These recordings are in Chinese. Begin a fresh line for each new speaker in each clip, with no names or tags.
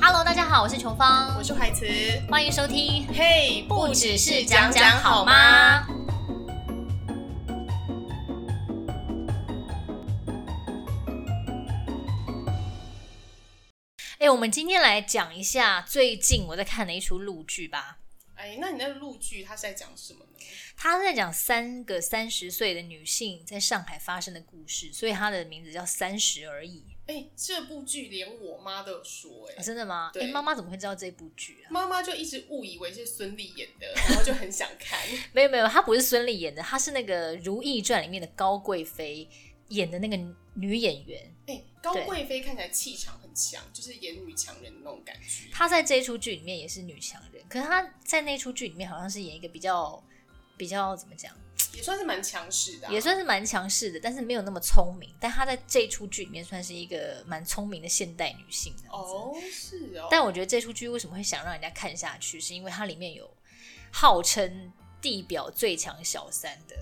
Hello，大家好，我是琼芳
我，是海慈。
欢迎收听。
嘿，
不只是讲讲好？吗？哎、我们今天来讲一下最近我在看的一出陆剧吧。
哎，那你那个陆剧它是在讲什么呢？
他在讲三个三十岁的女性在上海发生的故事，所以它的名字叫《三十而已》
哎，这部剧连我妈都有说、
啊
哎、
真的吗？哎、
对
妈妈怎么会知道这部剧啊？
妈妈就一直误以为是孙俪演的，然后就很想 看。
没有没有，她不是孙俪演的，她是那个《如懿传》里面的高贵妃演的那个女演员。
哎，高贵妃看起来气场很强，就是演女强人的那种感觉。
她在这一出剧里面也是女强人，可是她在那出剧里面好像是演一个比较比较怎么讲，
也算是蛮强势的啊、
也算是蛮强势的，但是没有那么聪明。但她在这一出剧里面算是一个蛮聪明的现代女性这样子。
哦，是哦。
但我觉得这出剧为什么会想让人家看下去，是因为它里面有号称地表最强小三的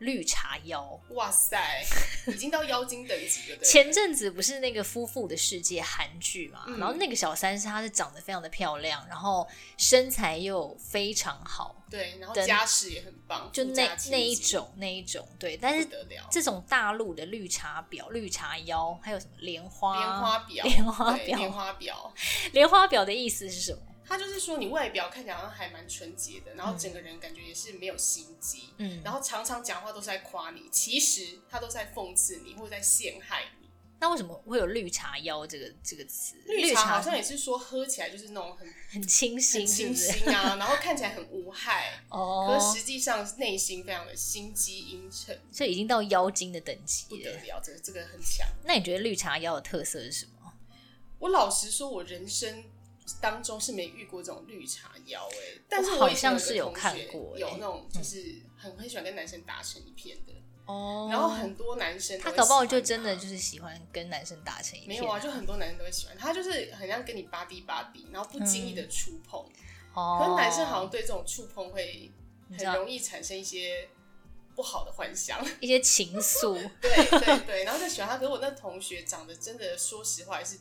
绿茶妖。
哇塞，已经到妖精等级了，对不 对
前阵子不是那个《夫妇的世界》韩剧嘛，
嗯
然后那个小三是她是长得非常的漂亮，然后身材又非常好，
对，然后
等
家世也很棒，
就
富
那
家
那一
阶级
种那一种对，但
不
是
得了，
这种大陆的绿茶婊、绿茶妖，还有什么莲花、
莲花婊，
莲花
对
婊
莲花婊。
莲花婊的意思是什么？
他就是说你外表看起来好像还蛮纯洁的，然后整个人感觉也是没有心机，
嗯，
然后常常讲话都是在夸你，其实他都是在讽刺你或者在陷害你。
那为什么会有绿茶妖这个这个词？
绿茶好
茶
像也是说喝起来就是那种很
很清
很
新，是
清
不是？
新啊，然后看起来很无害，可
哦，
是实际上内心非常的心机阴沉，
所以已经到妖精的等
不
级
得
了。
了，这个这个很强。
那你觉得绿茶妖的特色是什么？
我老实说，我人生当中是没遇过这种绿茶妖哎、但是
我
我
好
以前
像
有
是
个
有
同
看
学
过欸
有那种就是很很喜欢跟男生打成一片的，
哦
然后很多男生都
他
会
搞不好
喜欢
就真的
他
就是喜欢跟男生打成一片。
没有啊，就很多男生都会喜欢他，就是很像跟你巴迪巴迪，然后不经意的触碰。可
嗯哦
是，男生好像对这种触碰会
你知
很
道
容易产生一些不好的幻想。
一些情愫，
对对对，然后就喜欢他。可是我那同学长得真的，说实话也是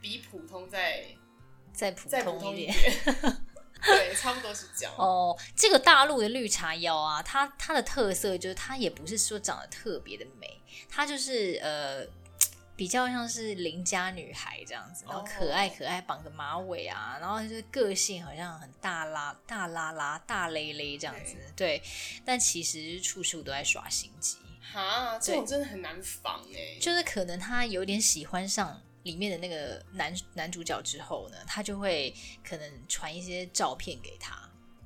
比普通在
再普
再普
通
通
一
一
点
点。。 对，差不多是这样。
哦，这个大陆的绿茶妖啊，它它的特色就是它也不是说长得特别的美，它就是呃比较像是邻家女孩这样子，
哦
然后可爱可爱，绑个马尾啊，然后就是个性好像很大拉大拉拉大咧咧这样子，对，但其实处处都在耍心机，
哈，这种真的很难防哎、
就是可能他有点喜欢上里面的那个男男主角之后呢，他就会可能传一些照片给他，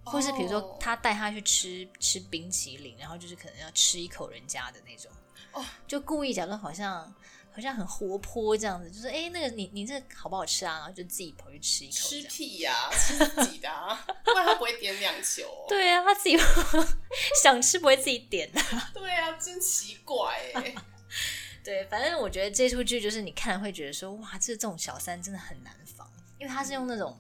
或是比如说
哦
他带他去吃吃冰淇淋，然后就是可能要吃一口人家的那种，
哦，
就故意假装好像好像很活泼这样子，就是哎、诶那个你你这个好不好吃啊？然后就自己跑去吃一口这
吃
样。
屁呀、吃自己的、啊，不然他不会点两球、哦。
对啊，他自己 想吃不会自己点的。
对啊，真奇怪哎、
对，反正我觉得这出剧就是你看了会觉得说，哇，这这种小三真的很难防，因为他是用那种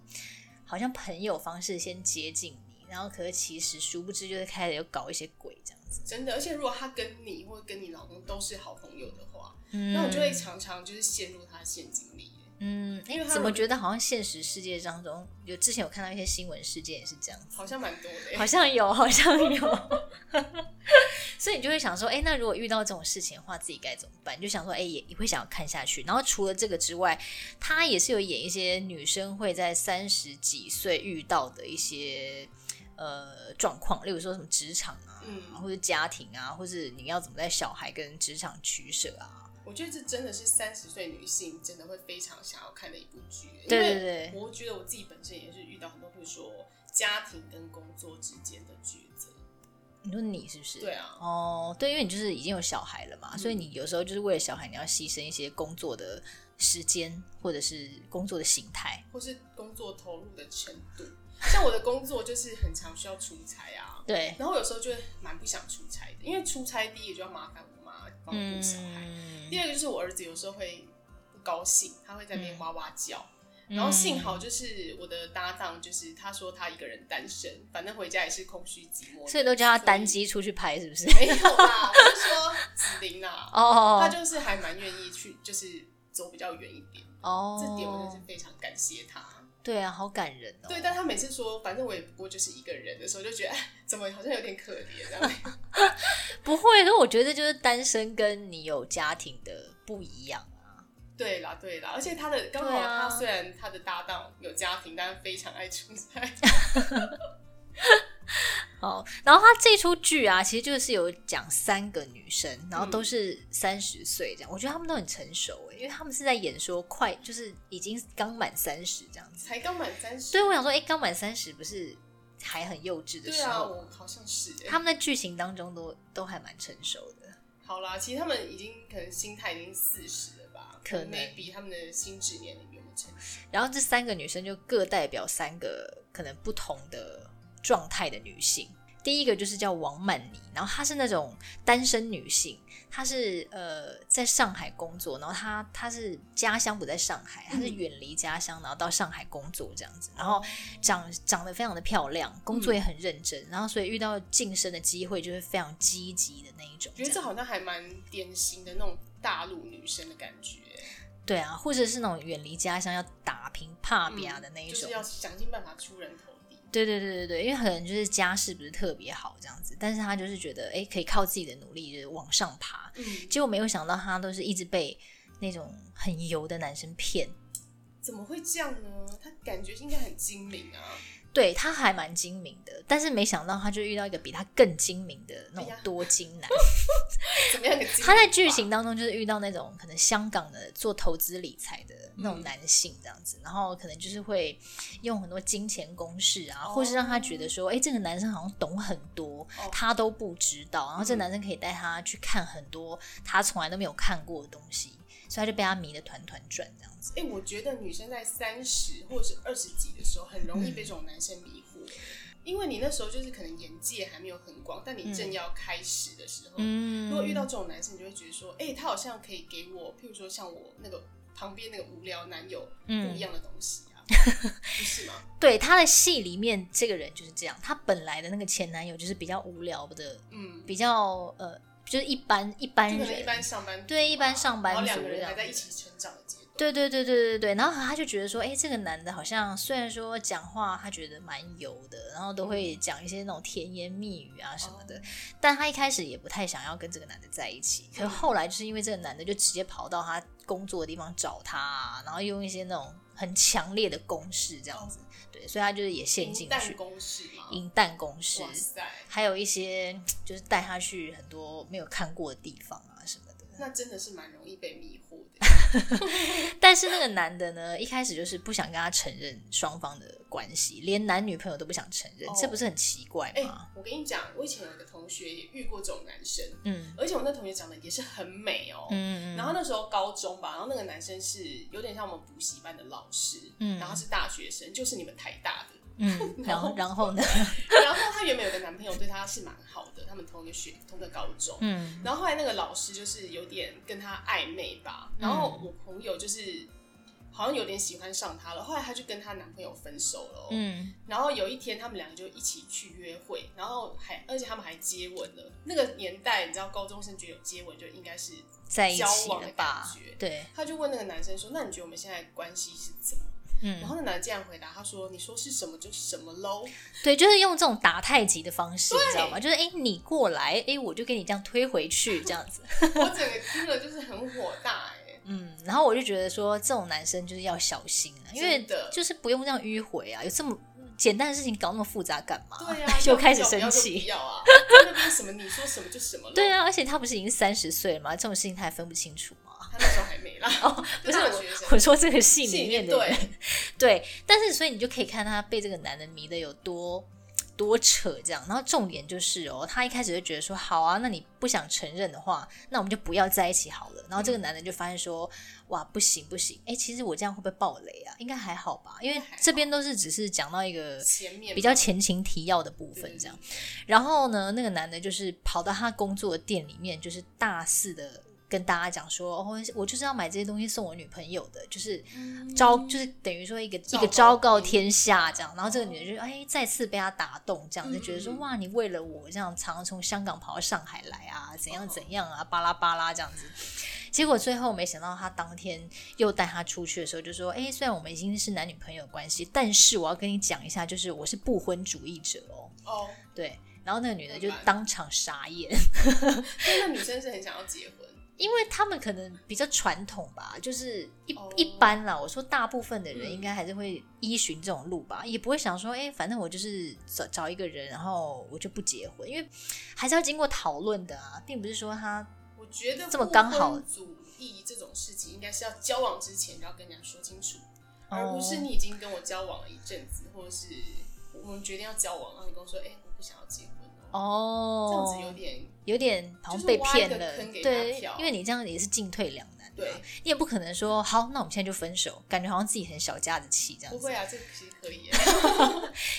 好像朋友方式先接近你，然后可是其实殊不知就是开始又搞一些鬼这样子。
真的，而且如果他跟你或者跟你老公都是好朋友的话，
嗯
那我就会常常就是陷入他的陷阱里。
嗯，哎
因为，他
怎么
如
觉得好像现实世界当中有之前有看到一些新闻事件也是这样子，
好像蛮多的、欸
好像有，好像有。 所以你就会想说，哎、那如果遇到这种事情的话，自己该怎么办？你就想说，哎、也也会想要看下去。然后除了这个之外，他也是有演一些女生会在三十几岁遇到的一些呃状况，例如说什么职场啊，
嗯，
或者家庭啊，或是你要怎么在小孩跟职场取舍啊。
我觉得这真的是三十岁女性真的会非常想要看的一部剧。欸
对对
因为
对
我觉得我自己本身也是遇到很多，比如说家庭跟工作之间的抉择。
你说你是不是？
对啊
哦，对，因为你就是已经有小孩了嘛，
嗯
所以你有时候就是为了小孩，你要牺牲一些工作的时间或者是工作的形态。
或是工作投入的程度。像我的工作就是很常需要出差啊，
对，
然后有时候就会蛮不想出差的，因为出差第一个就要麻烦我妈帮我顾小孩，
嗯，
第二个就是我儿子有时候会不高兴，他会在那边哇哇叫。
嗯
然后幸好就是我的搭档，就是他说他一个人单身，反正回家也是空虚寂寞的，
所以都叫他单机出去拍，是 不是？
没有啦，我是说子琳啦，
哦，
他就是还蛮愿意去，就是走比较远一点。
哦，
这点我真的是非常感谢他。
对啊，好感人哦。
对，但他每次说反正我也不过就是一个人的时候，就觉得 哎，怎么好像有点可怜啊这样。
不会，可是我觉得就是单身跟你有家庭的不一样啊。
对啦，对啦，而且他的刚好
对啊
他虽然他的搭档有家庭，但非常爱出差。
哦，然后他这出剧啊，其实就是有讲三个女生，然后都是
嗯
三十岁这样，我觉得她们都很成熟诶，因为她们是在演说快，就是已经刚满三十这样子。
才刚满三十，
所以我想说，哎，刚满三十不是还很幼稚的
对
时
啊，
候？
我好像是哎、
他们在剧情当中都都还蛮成熟的。
好啦，其实他们已经可能心态已经四十了吧，
可能
maybe 他们的心智年龄有没有成熟？
然后这三个女生就各代表三个可能不同的状态的女性。第一个就是叫王曼妮，然后她是那种单身女性，她是呃在上海工作，然后她她是家乡不在上海，她是
嗯
远离家乡，然后到上海工作这样子，然后长长得非常的漂亮，工作也很认真，然后所以遇到晋升的机会就会非常积极的那一种
我
这
觉
样。
得这好像还蛮典型的那种大陆女生的感觉欸、
对啊，或者是那种远离家乡要打拼怕比啊亚的那一
嗯就
种，
是要想尽办法出人头地。
对对对对对，因为可能就是家世不是特别好这样子，但是他就是觉得哎，诶可以靠自己的努力就是往上爬。
嗯，
结果没有想到他都是一直被那种很油的男生骗。
怎么会这样呢？她感觉应该很精明啊，
对，他还蛮精明的，但是没想到他就遇到一个比他更精明的那种
哎呀
多金男。
怎么样的精明法？
他在剧情当中就是遇到那种可能香港的做投资理财的那种男性这样子，然后可能就是会用很多金钱公式啊，
哦
或是让他觉得说，哎、这个男生好像懂很多，
哦
他都不知道，然后这个男生可以带他去看很多他从来都没有看过的东西，所以他就被他迷得团团转这样子。
哎、我觉得女生在三十或者是二十几的时候，很容易被这种男生迷惑，因为你那时候就是可能眼界还没有很广，但你正要开始的时候，
嗯
如果遇到这种男生，你就会觉得说，哎、他好像可以给我，譬如说像我那个旁边那个无聊男友不
嗯
一样的东西啊，不是吗？
对他的戏里面这个人就是这样，他本来的那个前男友就是比较无聊的，
嗯，
比较呃，就是一般一般
就可
人，
能一般上班族嘛
对一般上班族
然后两个
这
人
样
还在一起成长的阶段，
对对对对对对，然后他就觉得说，哎，这个男的好像虽然说讲话他觉得蛮油的，然后都
嗯
会讲一些那种甜言蜜语
哦
啊什么的，但他一开始也不太想要跟这个男的在一起，
嗯
可是后来就是因为这个男的就直接跑到他工作的地方找他啊、然后用一些那种很强烈的攻势这样子，
哦
对，所以他就是也陷
平
进
淡
去，
公式嘛，
银弹攻势，
哇塞，
还有一些就是带他去很多没有看过的地方啊什么的。
那真的是蛮容易被迷惑的。
但是那个男的呢，一开始就是不想跟他承认双方的关系，连男女朋友都不想承认，
哦
这不是很奇怪
哎、
吗？
我跟你讲，我以前有个同学也遇过这种男生，
嗯
而且我那同学长得也是很美哎哦。
嗯
然后那时候高中吧，然后那个男生是有点像我们补习班的老师，
嗯
然后是大学生，就是你们台大的。
嗯，然后然后呢？
哦然后她原本有个男朋友，对她是蛮好的，他们同一个学同一个高中。
嗯
然后后来那个老师就是有点跟她暧昧吧，然后
嗯
我朋友就是好像有点喜欢上她了，后来她就跟她男朋友分手了、哦。
嗯，
然后有一天，他们两个就一起去约会，然后还而且他们还接吻了。那个年代，你知道高中生觉得有接吻就应该是，
在一起
交往
了
的
吧
感觉？
对，
他就问那个男生说：“那你觉得我们现在关系是怎么？”然
嗯，
后那男的竟然回答他说：“你说是什么就是什么 喽。
对，就是用这种打太极的方式，你知道吗？就是哎，你过来，哎，我就给你这样推回 去，这样子。”
我整个听了就是很火大哎、
嗯，然后我就觉得说，这种男生就是要小心了，因为
真的
就是不用这样迂回啊，有这么简单的事情搞那么复杂干嘛？
对 呀、啊，
又开始
要不要
生
就
气
不。要啊，在那边什么你说什么就什么喽。
对，啊，而且他不是已经三十岁了吗？这种事情他还分不清楚吗？
他那时候还没啦，
哦不
就是大
我
学生，
我说这个戏
戏
里
里
面
面
的
对
人，对但是所以你就可以看他被这个男人迷的有多多扯这样。然后重点就是哦，他一开始就觉得说，好啊，那你不想承认的话，那我们就不要在一起好了。然后这个男人就发现说，哇，不行不行，哎，其实我这样会不会爆雷啊？应该还好吧，因为
该还好
这边都是只是讲到一个
前面
比较
嘛
前情提要的部分这样。然后呢，那个男的就是跑到他工作的店里面，就是大肆的跟大家讲说，哦，我就是要买这些东西送我女朋友的，就是
嗯
昭，就是等于说一个嗯一
昭
个
告
昭告天下这样。然后这个女的就哎再次被他打动，这样就觉得说，
嗯
哇，你为了我这样常常从香港跑到上海来啊，怎样怎样啊，巴拉巴拉这样子。结果最后没想到，他当天又带他出去的时候就说：“哎，虽然我们已经是男女朋友关系，但是我要跟你讲一下，就是我是不婚主义者哦。
哦，”
对，然后那个女的就
明白
当场傻眼，
但那女生是很想要结婚，
因为他们可能比较传统吧，就是一、
哦
一般啦。我说大部分的人
嗯
应该还是会依循这种路吧，也不会想说，哎，反正我就是找找一个人，然后我就不结婚，因为还是要经过讨论的啊，并不是说他
我觉得
这么刚好
不婚主义这种事情，应该是要交往之前就要跟人家说清楚，
哦
而不是你已经跟我交往了一阵子，或者是我们决定要交往，然后你跟我说，哎、我不想要结婚哦，
哦，
这样子有点
有点好像
就是
被
挖
骗
一个
了
坑，给
对
他跳，
因为你这样也是进退两难、啊，
对，
你也不可能说好，那我们现在就分手，感觉好像自己很小家子气这样
不
子。
会啊，这个其实 可以耶，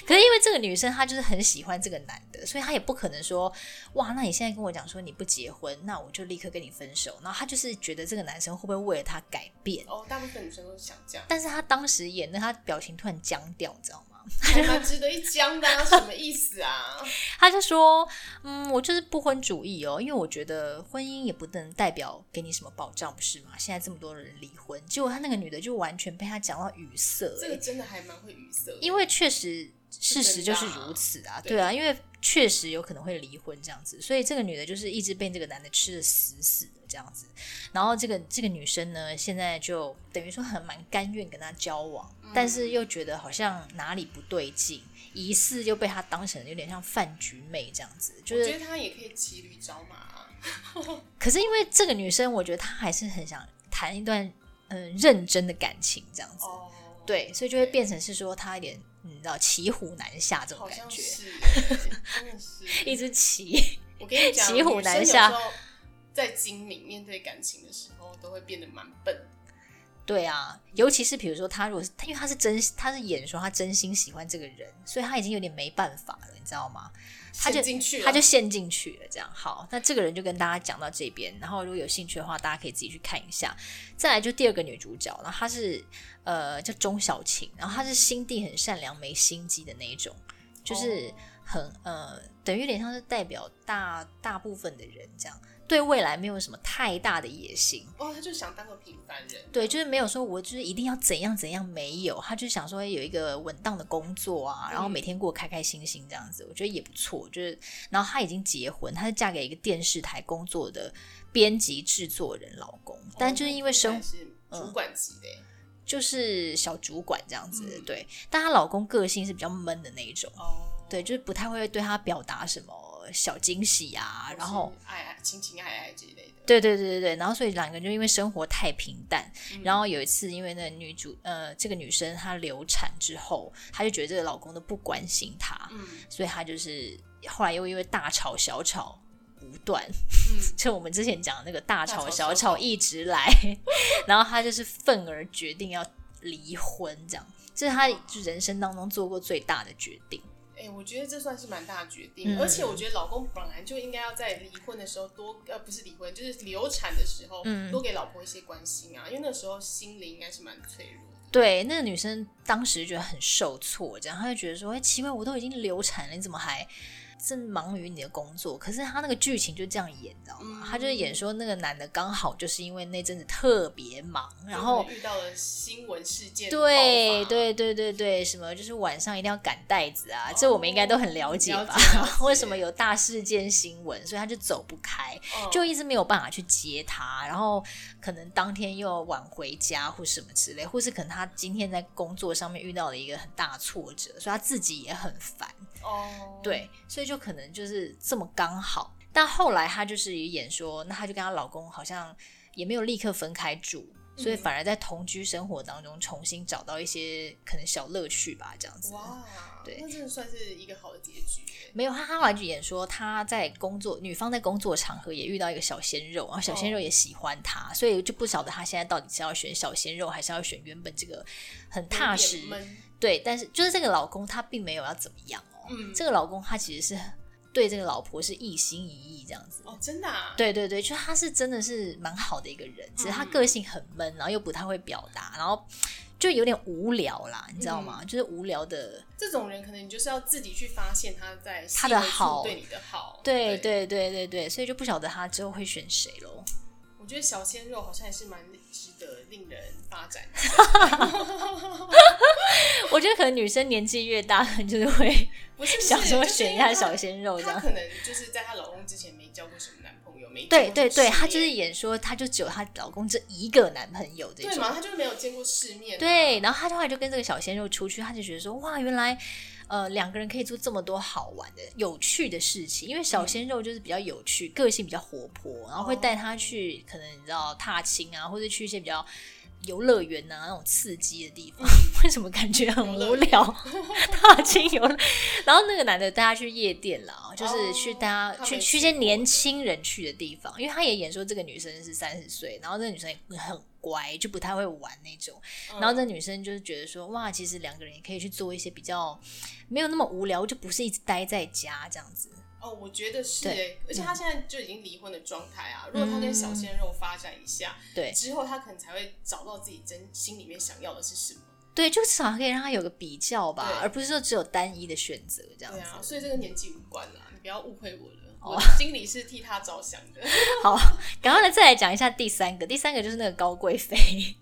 可是因为这个女生她就是很喜欢这个男的，所以她也不可能说哇，那你现在跟我讲说你不结婚，那我就立刻跟你分手。然后她就是觉得这个男生会不会为了她改变？
哦，大部分女生都想这样，
但是她当时演的，她表情突然僵掉，你知道吗？
还蛮值得一僵 的、啊，什么意思啊？
她就说：“嗯，我就是不婚主义哦，因为我觉得婚姻也不能代表给你什么保障，不是吗？现在这么多人离婚，结果她那个女的就完全被她讲到语塞、
这
欸
个真的还蛮会语塞的，
因为确实事实
真的
就
啊
是如此啊，
对
对啊，因为确实有可能会离婚这样子，所以这个女的就是一直被这个男的吃的死死的这样子，然后这个这个女生呢，现在就等于说很蛮甘愿跟他交往，
嗯
但是又觉得好像哪里不对劲，疑似就被他当成有点像饭局妹这样子，就
我觉
是
得他也可以骑驴找马、啊，
可是因为这个女生，我觉得她还是很想谈一段嗯、呃认真的感情这样子，
哦，
对，所以就会变成是说她有点。嗯你知道骑虎难下这种
好
感
像
觉，
是耶， 真的是
一直骑，
我跟你讲，
骑虎难下
女生有时候在精明面对感情的时候，都会变得蛮笨。
对啊，尤其是比如说他如果是他，因为他是真他是演说他真心喜欢这个人，所以他已经有点没办法了，你知道吗？他就
陷进去了，
他就陷进去了。这样好，那这个人就跟大家讲到这边，然后如果有兴趣的话，大家可以自己去看一下。再来就第二个女主角，然后她是呃叫钟小琴，然后她是心地很善良、没心机的那一种，就是很、呃，等于有点像是代表大大部分的人这样，对未来没有什么太大的野心。
哦，他就想当个平凡人。
对，就是没有说我就是一定要怎样怎样，没有，他就想说有一个稳当的工作啊，然后
嗯
每天过开开心心这样子，我觉得也不错。就是，然后她已经结婚，她是嫁给一个电视台工作的编辑制作人老公，但就是因为生嗯
哦那应该是主管级的耶，欸
就是小主管这样子，
嗯
对，但她老公个性是比较闷的那一种，
哦，
对，就是不太会对她表达什么小惊喜啊，然后
或是爱爱情情爱爱这一类的，
对对对对对，然后所以两个人就因为生活太平淡，
嗯
然后有一次因为那女主呃这个女生她流产之后，她就觉得这个老公都不关心她，
嗯
所以她就是后来又因为大吵小吵不断，
嗯，
就我们之前讲的那个大
大
吵小
吵小
吵
吵
一直 来，然后她就是愤而决定要离婚，这样这是她就人生当中做过最大的决定。
哎，我觉得这算是蛮大的决定，
嗯
而且我觉得老公本来就应该要在离婚的时候多，呃，不是离婚，就是流产的时候
嗯
多给老婆一些关心啊，因为那时候心灵应该是蛮脆弱的。
对，那个女生当时觉得很受挫，这样她就觉得说：“哎、奇怪，我都已经流产了，你怎么还正忙于你的工作？”可是她那个剧情就这样演，你知道吗？
嗯
她就是演说那个男的刚好就是因为那阵子特别忙，然后
就可能遇到了新闻事件的爆发，
对对对对对，什么就是晚上一定要赶袋子啊，这我们应该都很了解
哦了
吧？
解了解
为什么有大事件新闻，所以她就走不开。
嗯，
就一直没有办法去接他，然后可能当天又晚回家或什么之类，或是可能他今天在工作上面遇到了一个很大的挫折，所以他自己也很烦，
哦，
对，所以就可能就是这么刚好。但后来她就是也演说，那她就跟她老公好像也没有立刻分开住，所以
嗯
反而在同居生活当中重新找到一些可能小乐趣吧，这样子。
哇，
对
那真的算是一个好的结局耶。
没有，他后来就演说他在工作，女方在工作场合也遇到一个小鲜肉，然后小鲜
哦
肉也喜欢他，所以就不晓得他现在到底是要选小鲜肉，还是要选原本这个很踏实
有点闷
对，但是就是这个老公他并没有要怎么样哦，
嗯
这个老公他其实是对这个老婆是一心一意这样子。
哦，真的啊，
对对对，就他是真的是蛮好的一个人，只是
嗯
他个性很闷，然后又不太会表达，然后就有点无聊啦，你知
嗯
道吗？就是无聊的，
这种人可能你就是要自己去发现他在
他的
细微处
好
对你的好，
对对对对对，所以就不晓得他之后会选谁喽。
我觉得小鲜肉好像也是蛮值得令人发展的。
我觉得可能女生年纪越大， 可能就是会
不是 不是
想说
就是
选
因为
一下
她
小鲜肉这
她
样。
可能就是在她老公之前没交过什么男朋友，没
对
见过
对
世
对，
面
她就是演说，她就只有她老公这一个男朋友这
对
种。
嘛，她就是没有见过世面啊、
对，然后她后来就跟这个小鲜肉出去，她就觉得说，哇，原来呃两个人可以做这么多好玩的、有趣的事情。因为小鲜肉就是比较有趣，个性比较活泼，然后会
嗯哦
带她去可能你知道踏青啊，或者去一些比较游乐园啊那种刺激的地方。 为什么感觉很
嗯游乐
无
园
聊？ 踏青游乐，然后那个男的带她去夜店啦，就是去
哦
大家
他
去
没
去一
去
些
过
年轻人去的地方，因为他也演说这个女生是三十岁，然后这个女生也很乖，就不太会玩那种。
嗯
然后这女生就是觉得说，哇，其实两个人也可以去做一些比较没有那么无聊，就不是一直待在家这样子。
哦，我觉得是
对嗯
哎，而且她现在就已经离婚的状态啊。如果她跟小鲜肉发展一下，
对
之后她可能才会找到自己真心里面想要的是什么。
对，就至少可以让他有个比较吧
对，
而不是说只有单一的选择这样
对
子。
啊，所以这个年纪无关啦，你不要误会我了，
哦
我心里是替她着想的。
好，赶快来再来讲一下第三个，第三个就是那个高贵妃，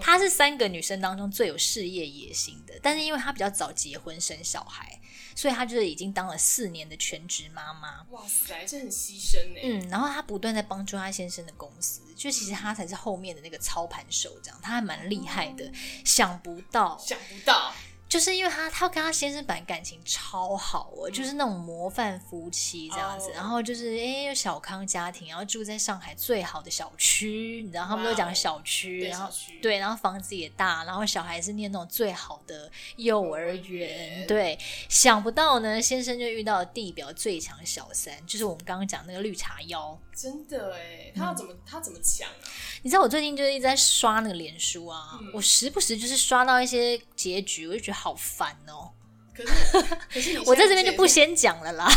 她是三个女生当中最有事业野心的，但是因为她比较早结婚生小孩，所以她就是已经当了四年的全职妈妈。
哇塞，这很牺牲哎、
嗯，然后她不断在帮助她先生的公司，就其实她才是后面的那个操盘手，这样她还蛮厉害的。想不到，
哦想不到，
就是因为她她跟她先生本来感情超好哦，就是那种模范夫妻这样子，
嗯哦
然后就是诶有小康家庭，然后住在上海最好的小区，你知道他们
哇
都
哦
讲小区，
对
然后
小区
对，然后房子也大，然后小孩是念那种最好的幼儿
幼儿
园，
园
对，想不到呢，先生就遇到地表最强小三，就是我们刚刚讲那个绿茶妖。
真的哎、她
嗯
要怎么她怎么抢啊？
你知道我最近就是一直在刷那个脸书啊，我时不时就是刷到一些结局，我就觉得好烦哦。
可是 可是你
我在
现
这边就
解
不先讲了啦。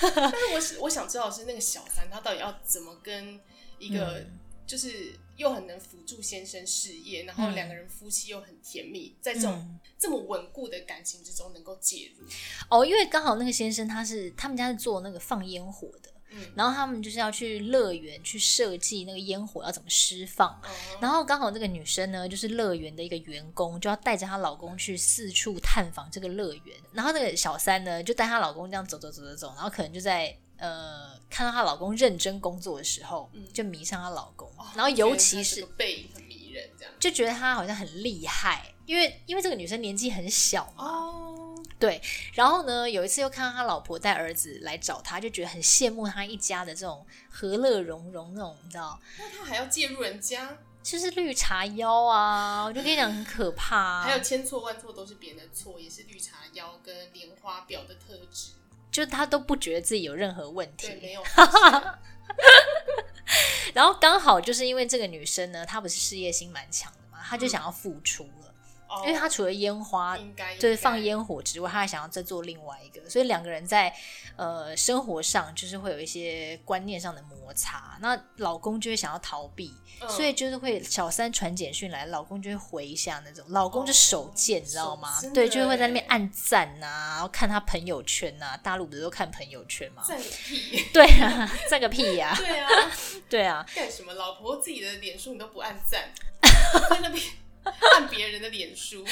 但是我想我想知道的是那个小三他到底要怎么跟一个、
嗯
就是又很能辅助先生事业，然后
嗯
两个人夫妻又很甜蜜，在这种、
嗯
这么稳固的感情之中能够介入，
哦，因为刚好那个先生他是他们家是做那个放烟火的，
嗯，
然后他们就是要去乐园去设计那个烟火要怎么释放。
哦
然后刚好那个女生呢，就是乐园的一个员工，就要带着她老公去四处探访这个乐园。然后那个小三呢，就带她老公这样走走走走走，然后可能就在呃看到她老公认真工作的时候，
嗯
就迷上她老公。
哦
然后尤其
觉
是
得他这个背影很迷人，这样
就觉得她好像很厉害，因为因为这个女生年纪很小嘛，
哦，
对，然后呢，有一次又看到他老婆带儿子来找他，就觉得很羡慕他一家的这种和乐融融那种，你知道，
那他还要介入人家，
就是绿茶妖啊，我就跟你讲很可怕、啊。
还有千错万错都是别人的错，也是绿茶妖跟莲花婊的特质，
就他都不觉得自己有任何问
对，没
题。
有发现。
然后刚好就是因为这个女生呢，她不是事业心蛮强的嘛，她就想要付出了，
哦
因为她除了烟花
应该
啊就是
应
放
该
烟火之外，他还想要再做另外一个，所以两个人在呃生活上就是会有一些观念上的摩擦。那老公就会想要逃避，
嗯
所以就是会小三传简讯来，老公就会回一下那种，老公就手贱，
哦
你知道吗
手？真的
对，就会在那边
耶
按赞呐、然后看他朋友圈呐、大陆不是都看朋友圈吗？
占个屁，
对啊， 赞个屁呀、
对 啊，
对啊，
干什么？老婆自己的脸书你都不按赞，在那边按别人的 脸书，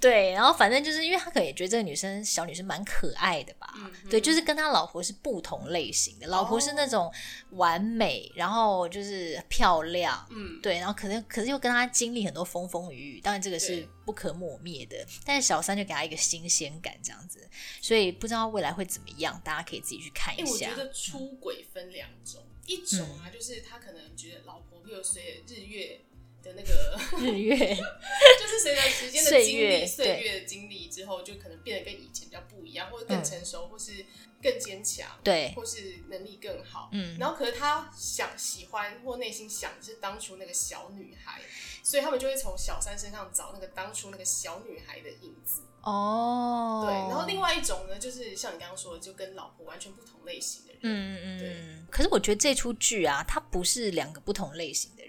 对，然后反正就是因为他可能也觉得这个女生小女生蛮可爱的吧，
嗯哼哦
对，就是跟他老婆是不同类型的，老婆是那种完美，然后就是漂亮。
嗯，
对，然后可能可是又跟他经历很多风风雨雨，当然这个是
对
不可磨灭的。但是小三就给他一个新鲜感，这样子，所以不知道未来会怎么样，大家可以自己去看
哎、
一
我
下
觉。得出轨分两种，一种
嗯
啊，就是他可能觉得老婆，比如随着日月的那个，
日月，
就是随着时间的
岁
经
月
历、
对
岁月的经历，之后，就可能变得跟以前比较不一样，或者更成熟，或是更坚强，
嗯对，
或是能力更好。
嗯，
然后可是她想喜欢或内心想的是当初那个小女孩，所以他们就会从小三身上找那个当初那个小女孩的影子。
哦，
对，然后另
外，
外一种呢，就是像你刚刚说的，就跟老婆完全不同类型的人。
嗯嗯嗯，可是我觉得这出剧啊，它不是两个不同类型的人。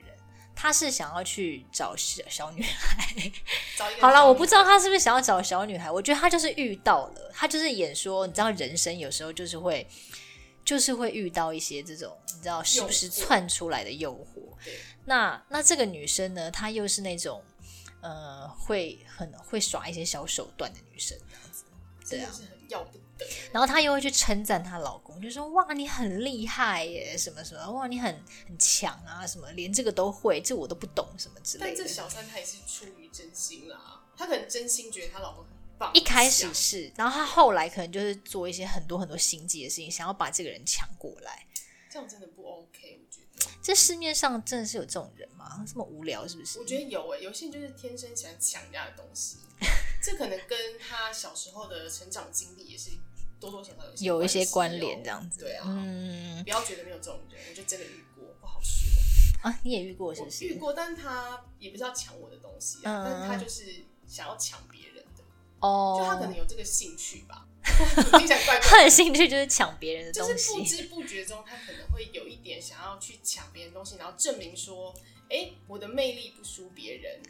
他是想要去找小小女孩，
找一个
好
小
了，
女
我不知道他是不是想要找小女孩，我觉得他就是遇到了，他就是演说，你知道人生有时候就是会，就是会遇到一些这种你知道时不时
诱惑
窜出来的诱惑。
对
那那这个女生呢，她又是那种呃会很会耍一些小手段的女生，啊
真的是很要不得。
然后她又会去称赞她老公，就说哇你很厉害耶，什么什么，哇你很很强啊，什么连这个都会，这我都不懂什么之类
但这
的。
小三她也是出于真心啦，她可能真心觉得她老公很棒。
一开始
想
是，然后她后来可能就是做一些很多很多心机的事情，想要把这个人抢过来。
这样真的不 OK，我觉得。
这市面上真的是有这种人吗？这么无聊是不是？
我觉得有诶、欸有些人就是天生喜欢抢人家的东西， 这可能跟她小时候的成长经历也是多多少少有些
有一些
关
关
系哦
联这样子。
对啊，
嗯
不要觉得没有这种人，我就真的遇过，不好说。
啊，你也遇过是
我
不是？
遇过，但他也不是要抢我的东西啊，
嗯
但是他就是想要抢别人的，
哦，
就他可能有这个兴趣吧。 听起来怪怪
他的兴趣就是抢别人的
的，就
东
是不
西。
知不觉中，他可能会有一点想要去抢别人东西，然后证明说，哎、我的魅力不输别人，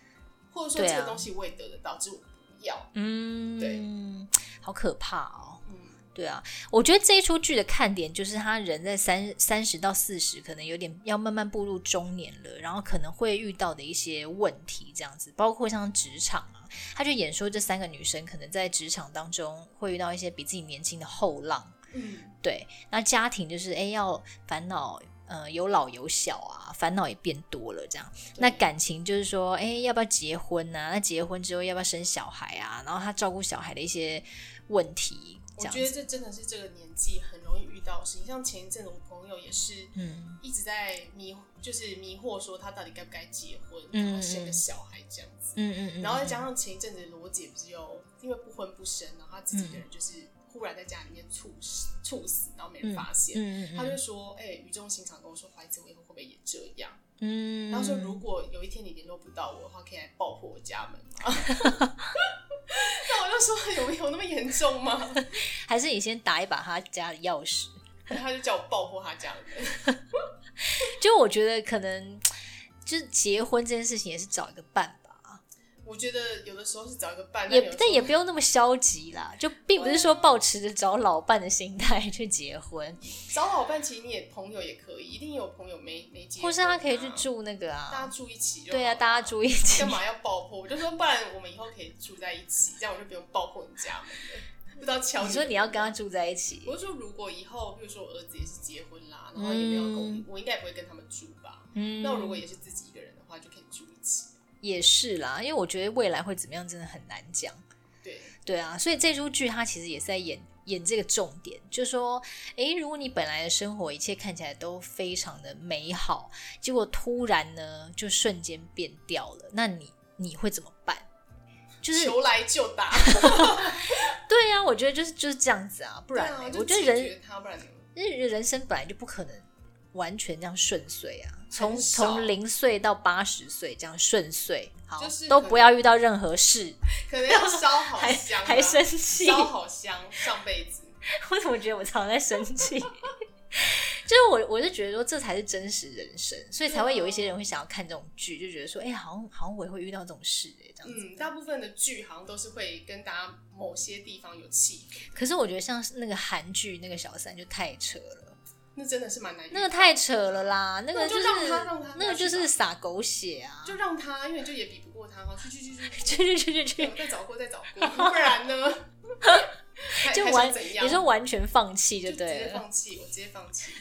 或者说
对啊
这个东西我也得得到，只是我不要。
嗯，
对，
好可怕哦。
嗯，
对啊，我觉得这一出剧的看点就是他人在三三十到四十，可能有点要慢慢步入中年了，然后可能会遇到的一些问题，这样子，包括像职场啊，他就演说这三个女生可能在职场当中会遇到一些比自己年轻的后浪，
嗯，
对，那家庭就是哎、诶要烦恼，呃有老有小啊，烦恼也变多了这样。那感情就是说，哎、要不要结婚啊？那结婚之后要不要生小孩啊？然后他照顾小孩的一些问题，
我
这样
觉得
子。
这真的是这个年纪很容易遇到的事情。像前一阵子我朋友也是，
嗯，
一直在迷，就是迷惑说他到底该不该结婚，
嗯
然后生个小孩这样子。
嗯嗯嗯，
然后再
嗯
加上前一阵子罗姐不是有因为不婚不生，然后她自己一
嗯
个人就是忽然在家里面猝死，猝死，然后没人发现。
嗯嗯，
她就说：“哎、语重心长跟我说，怀子我以后会不会也这样？”
嗯，
然后说：“如果有一天你联络不到我的话，可以来爆火我家门吗？” 那我就说：“有没有那么严重吗
还是你先打一把他家的钥匙。？”
然后她就叫我爆火她家门。
就我觉得可能就是结婚这件事情也是找一个伴吧，
我觉得有的时候是找一个伴，
也
有的时候
但也不用那么消极啦，就并不是说抱持着找老伴的心态去结婚，
找老伴，其实你也朋友也可以，一定有朋友没没结婚啊、
或是他可以去住那个
大家
啊，
住一起就好了
对啊，大家住一起
干。嘛要爆破？我就说，不然我们以后可以住在一起，这样我就不用爆破你家门了。不知道敲
你说你要跟他，住在一起，
我就说如果以后，比如说我儿子也是结婚啦，然后也没有跟我，
嗯
我应该也不会跟他们住吧？
嗯
那我如果也是自己一个人的话，就可以住一起。
也是啦，因为我觉得未来会怎么样真的很难讲。
对，
对啊，所以这出剧它其实也是在演演这个重点，就是说，诶，如果你本来的生活一切看起来都非常的美好，结果突然呢就瞬间变掉了，那你你会怎么办？就是
求来就打，
对啊，我觉得就是就是这样子啊，不然
对
呢、
啊就
我觉得
拒
人
绝他，不然怎么
日人生本来就不可能完全这样顺遂啊，从
很少
从零岁到八十岁这样顺遂，好、
就是
都
可
不
能
要遇到任何事，
可能要烧好
还
香啊、
还生气，
烧好香，上辈子。
我怎么觉得我常常在生气？ 就是我，我是觉得说这才是真实人生，所以才会有一些人会想要看这种剧，就觉得说，哎、好像好像我也会遇到这种事、哎，这样子。
嗯，大部分的剧好像都是会跟大家某些地方有契合，
可是我觉得像是那个韩剧那个小三就太扯了，
那真的是蛮难遇到的。
那个太扯了啦，那
那
个
就是让他让他
那个就是
让他去吧
撒狗血啊，
就让他，因为就也比不过他哈，去去去去去，
去去去去去，
我再找过再找过，不然呢？还
就
还
完
想怎样？
你说完全放弃
就
就
直
对
接
了，
放弃，我直接放弃。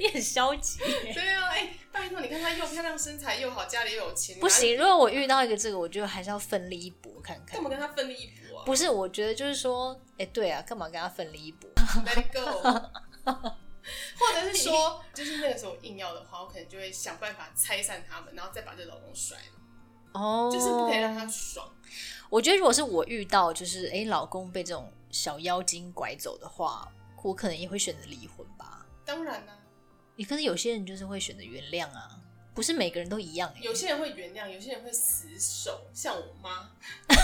你很消极、
对啊，哎、拜托，你看她又漂亮，身材又好，家里又有钱，
不行，如果我遇到一个这个，我就还是要奋力一搏看
你哪，干
看
嘛。跟她奋力一搏啊
不是，我觉得就是说，哎、对啊，干嘛跟他奋力一搏？
？Let it go。或 者是说，就是那个时候硬要的话，我可能就会想办法拆散他们，然后再把这老公甩了，
哦，
就是不可以让他爽。
我觉得如果是我遇到，就是哎、诶老公被这种小妖精拐走的话，我可能也会选择离婚吧。
当然啦、
也可是有些人就是会选择原谅啊，不是每个人都一样、欸诶
有些人会原谅，有些人会死守，像我妈，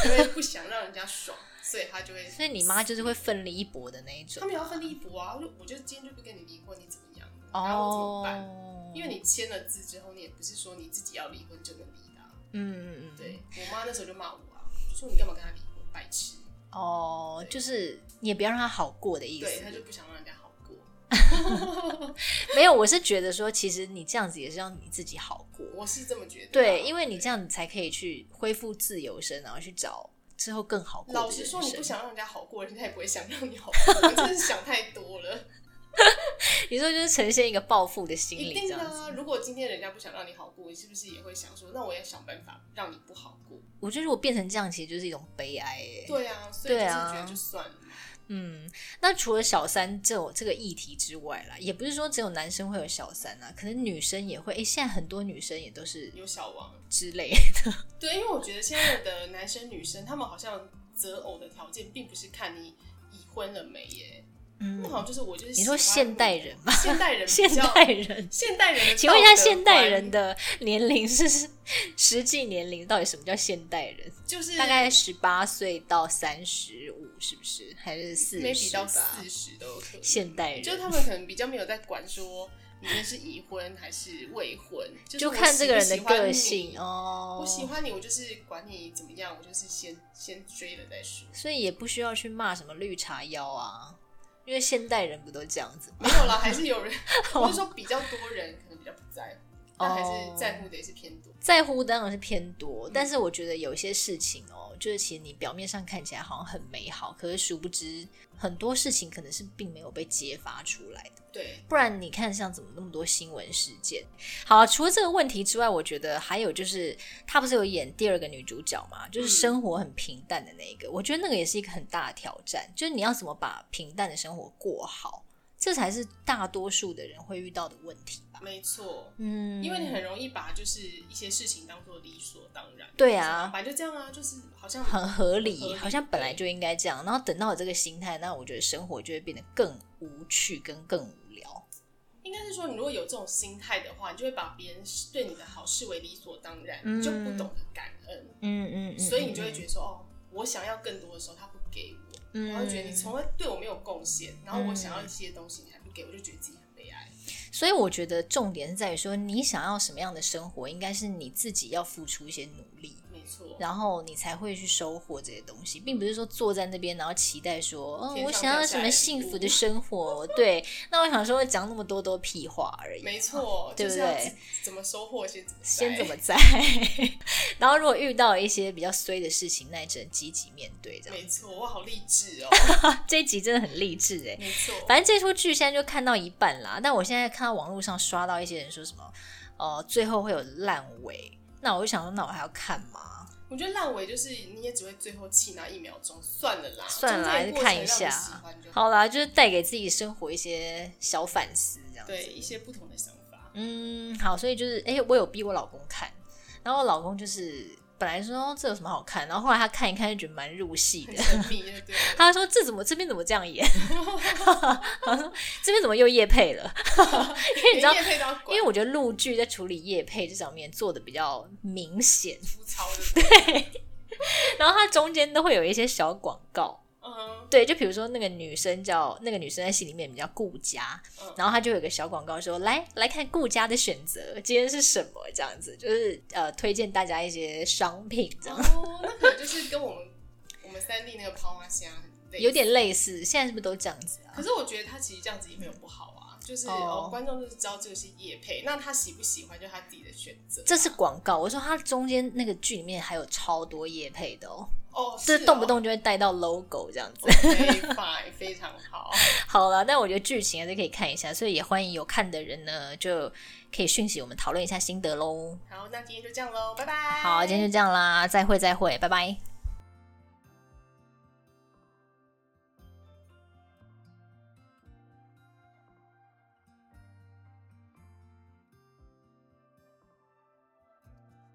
因为不想让人家爽， 所以她就会。
所以你妈就是会奋力一搏的那一种
他。们也要奋力一搏啊！我就我就今天就不跟你离婚，你怎么样？然后我怎么办？
哦，
因为你签了字之后，你也不是说你自己要离婚就能离的啊、
嗯嗯嗯，
对我妈那时候就骂我啊，就说你干嘛跟他离婚，白痴。
哦，
对
就是你也不要让他好过的意
对，
思
她。就不想让人家好过。
没有，我是觉得说，其实你这样子也是让你自己好过。
我是这么觉得啊、
对，因为你这样，你才可以去恢复自由身，然后去找之后更好过的
老
人
实
生。
说，你不想让人家好过，人家也不会想让你好 过。你真的是想太多了，
你说就是呈现一个报复的心
一
理
定
这
的
样子。
啊！如果今天人家不想让你好过，你是不是也会想说，那我也想办法让你不好过？
我觉得如果变成这样，其实就是一种悲哀、欸。，
对啊，所以就是
对啊
觉得就算了。
嗯，那除了小三这种这个议题之外啦，也不是说只有男生会有小三啊，可能女生也会。哎、现在很多女生也都是
有小王，
之类。
对，因为我觉得现在的男生女生，他们好像择偶的条件并不是看你已婚了没耶，
嗯
那、，好像就是我就是
你说
喜欢
现代人吗？
现代人比
现
较
代人。
现代人的，
请问一下，现代人的年龄是是实际年龄到底什么叫现代人？
就是
大概十八岁到三十五，是不是？还是四
maybe
十
到
吧
四？十都有可能。
现代人
就是他们可能比较没有在管说你今天是已婚还是未婚，就是
就
我
看这
喜不
个人
喜
的
欢
个
你
性。哦。
我喜欢你，我就是管你怎么样，我就是先先追了再说。
所以也不需要去骂什么绿茶妖啊，因为现代人不都这样子吗？
没有啦，还是 有人，我是说比较多人可能比较不在乎，但还
哦
是在乎的也是偏多。
在乎当然是偏多，但是我觉得有些事情哦，就是其实你表面上看起来好像很美好，可是殊不知很多事情可能是并没有被揭发出来的。
对，
不然你看，像怎么那么多新闻事件？好、啊，除了这个问题之外，我觉得还有就是，她不是有演第二个女主角嘛，就是
嗯
生活很平淡的那一个，我觉得那个也是一个很大的挑战，就是你要怎么把平淡的生活过好，这才是大多数的人会遇到的问题吧。
没错，
嗯，
因为你很容易把就是一些事情当做理所当然。
对啊
反正就这样啊，就是好像
很合理，
很合理
好像本来就应该这样。然后等到有这个心态，那我觉得生活就会变得更无趣跟更无聊。
应该是说，你如果有这种心态的话，你就会把别人对你的好视为理所当然，
嗯
你就不懂得感恩，
嗯嗯嗯，
所以你就会觉
得，
得说，哦，我想要更多的时候，他不给我，
嗯
然后觉得你从来对我没有贡献，然后我想要一些东西，你还不给我，就觉得自己很悲哀。
所以我觉得重点是在于说，你想要什么样的生活，应该是你自己要付出一些努力，
没错，
然后你才会去收获这些东西，并不是说坐在那边然后期待说，嗯，
天上
我想要什么幸福的生 活。对，那我想说讲那么多都屁话而已。
没，错，
对
就
不
是要
对
自怎么收获先怎么
先怎
摘
么在， 然后如果遇到一些比较衰的事情，那你只能积极面对。这样
没，错，哇，好励志 哦，
这一集真的很励志哎、
没错，
反正这出剧现在就看到一半啦，但我现在看到网络上刷到一些人说什么，呃，最后会有烂尾，那我就想说，那我还要看吗？
我觉得烂尾就是你也只会最后气那一秒钟，算了啦，
算了，
中
还
间
是
的过
看
程
一
让你
下
喜欢就。好，
好啦，就是带给自己生活一些小反思，这样子。
对一些不同的想 法，
嗯，好，所以就是，哎、我有逼我老公看，然后我老公就是本来说、哦这有什么好看，然后后来他看一看就觉得蛮入戏
很
的。
神秘，对不对？
他说：“这怎么这边怎么这样演？” 他说：“这边怎么又夜配了？” 因为你知道
连，夜配都要管
因为我觉得陆剧在处理叶配这上面做的比较明显，
粗糙的，
然后它中间都会有一些小广告。
嗯，
对，就比如说那个女生叫那个女生在戏里面比较顾家，
嗯
然后她就有一个小广告说：“来来看顾家的选择，今天是什么？”这样子就是呃推荐大家一些商品，这样
哦，那可能就是跟我们我们三弟那个泡花香类似
有。点类似。现在是不是都这样子啊
可？是我觉得他其实这样子也没有不好啊，就是
哦
哦，观众就是知道这个是夜配，那他喜不喜欢就是他自己的选择。啊
这是广告，我说它中间那个剧里面还有超多叶配的哦，
哦，
就是
哦
动不动就会带到 logo 这样子。
非法非常好，
好了，但我觉得剧情还是可以看一下，所以也欢迎有看的人呢，就可以讯息我们讨论一下心得喽。
好，那今天就这样喽，拜拜。
好，今天就这样啦，再会，再会，拜拜。